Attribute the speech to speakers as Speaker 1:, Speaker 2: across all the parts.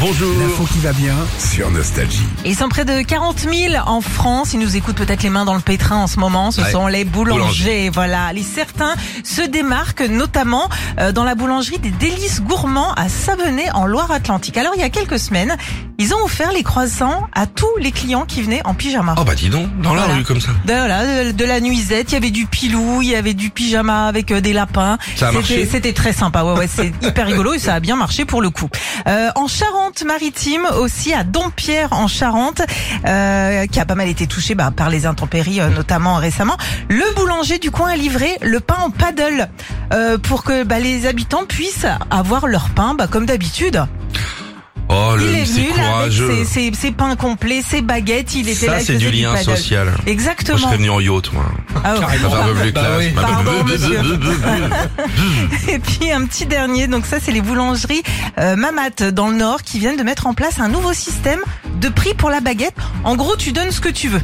Speaker 1: bonjour.
Speaker 2: L'info qui va bien.
Speaker 3: sur Nostalgie.
Speaker 4: Ils sont près de 40 000 en France. Ils nous écoutent peut-être les mains dans le pétrin en ce moment. Ce
Speaker 3: Ouais.
Speaker 4: sont les boulangers.
Speaker 3: Boulanger.
Speaker 4: Voilà. Les certains se démarquent notamment euh, dans la boulangerie des délices gourmands à Savenay en Loire-Atlantique. Alors il y a quelques semaines, ils ont offert les croissants à tous les clients qui venaient en pyjama.
Speaker 3: Oh bah dis donc, dans la
Speaker 4: Voilà.
Speaker 3: rue comme ça.
Speaker 4: De, Ben voilà, de- de la nuisette, il y avait du pilou, il y avait du pyjama avec euh, des lapins.
Speaker 3: Ça a
Speaker 4: C'était-
Speaker 3: marché
Speaker 4: C'était très sympa, ouais, ouais, c'est hyper rigolo et ça a bien marché pour le coup. Euh, en Charente-Maritime aussi, à Dompierre en Charente, euh, qui a pas mal été touché bah, par les intempéries euh, notamment récemment, le boulanger du coin a livré le pain en paddle euh, pour que bah, les habitants puissent avoir leur pain bah, comme d'habitude.
Speaker 3: Oh
Speaker 4: Il
Speaker 3: le
Speaker 4: est
Speaker 3: c'est
Speaker 4: venu là avec ses,
Speaker 3: courageux.
Speaker 4: ses- ses pains complets, ses baguettes, il était là.
Speaker 3: Ça
Speaker 4: il
Speaker 3: c'est du
Speaker 4: faisait
Speaker 3: lien
Speaker 4: paddle.
Speaker 3: social. Moi je
Speaker 4: Exactement.
Speaker 3: serais venu en yacht moi.
Speaker 4: Ah ouais.
Speaker 3: Ça va me les
Speaker 2: Bah oui.
Speaker 3: classes. Ma-
Speaker 4: Pardon, monsieur.
Speaker 3: Bzz, bzz, bzz, bzz. bah.
Speaker 4: Et puis un petit dernier, donc ça c'est les boulangeries euh, Mamat dans le Nord qui viennent de mettre en place un nouveau système de prix pour la baguette. En gros, tu donnes ce que tu veux.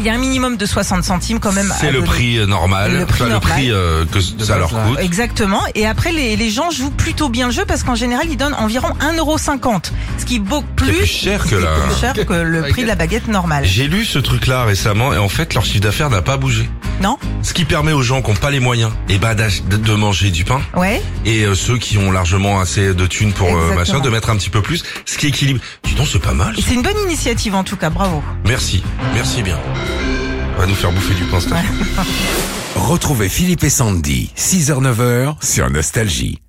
Speaker 4: Il y a un minimum de 60 centimes quand même. à
Speaker 3: C'est le
Speaker 4: donner.
Speaker 3: prix euh, normal,
Speaker 4: Le prix
Speaker 3: Enfin, le
Speaker 4: normal.
Speaker 3: prix euh, que ça leur
Speaker 2: base, là.
Speaker 3: coûte.
Speaker 4: Exactement. Et après, les, les gens jouent plutôt bien le jeu parce qu'en général, ils donnent environ 1,50€. Ce qui est beaucoup
Speaker 3: C'est
Speaker 4: plus,
Speaker 3: plus cher que
Speaker 4: ce qui est
Speaker 3: la-
Speaker 4: plus cher que le prix de la baguette normale.
Speaker 3: J'ai lu ce truc là récemment et en fait leur chiffre d'affaires n'a pas bougé.
Speaker 4: Non
Speaker 3: Ce qui permet aux gens qui n'ont pas les moyens et bah d'ach- de de manger du pain
Speaker 4: Ouais
Speaker 3: et euh, ceux qui ont largement assez de thunes pour euh,
Speaker 4: Exactement.
Speaker 3: machin de mettre un petit peu plus, ce qui équilibre. Dis donc c'est pas mal.
Speaker 4: Et C'est une bonne initiative en tout cas, bravo.
Speaker 3: Merci, merci bien. On va nous faire bouffer du pain. cette
Speaker 4: Ouais.
Speaker 3: affaire.
Speaker 1: Retrouvez Philippe et Sandy, 6h-9h sur Nostalgie.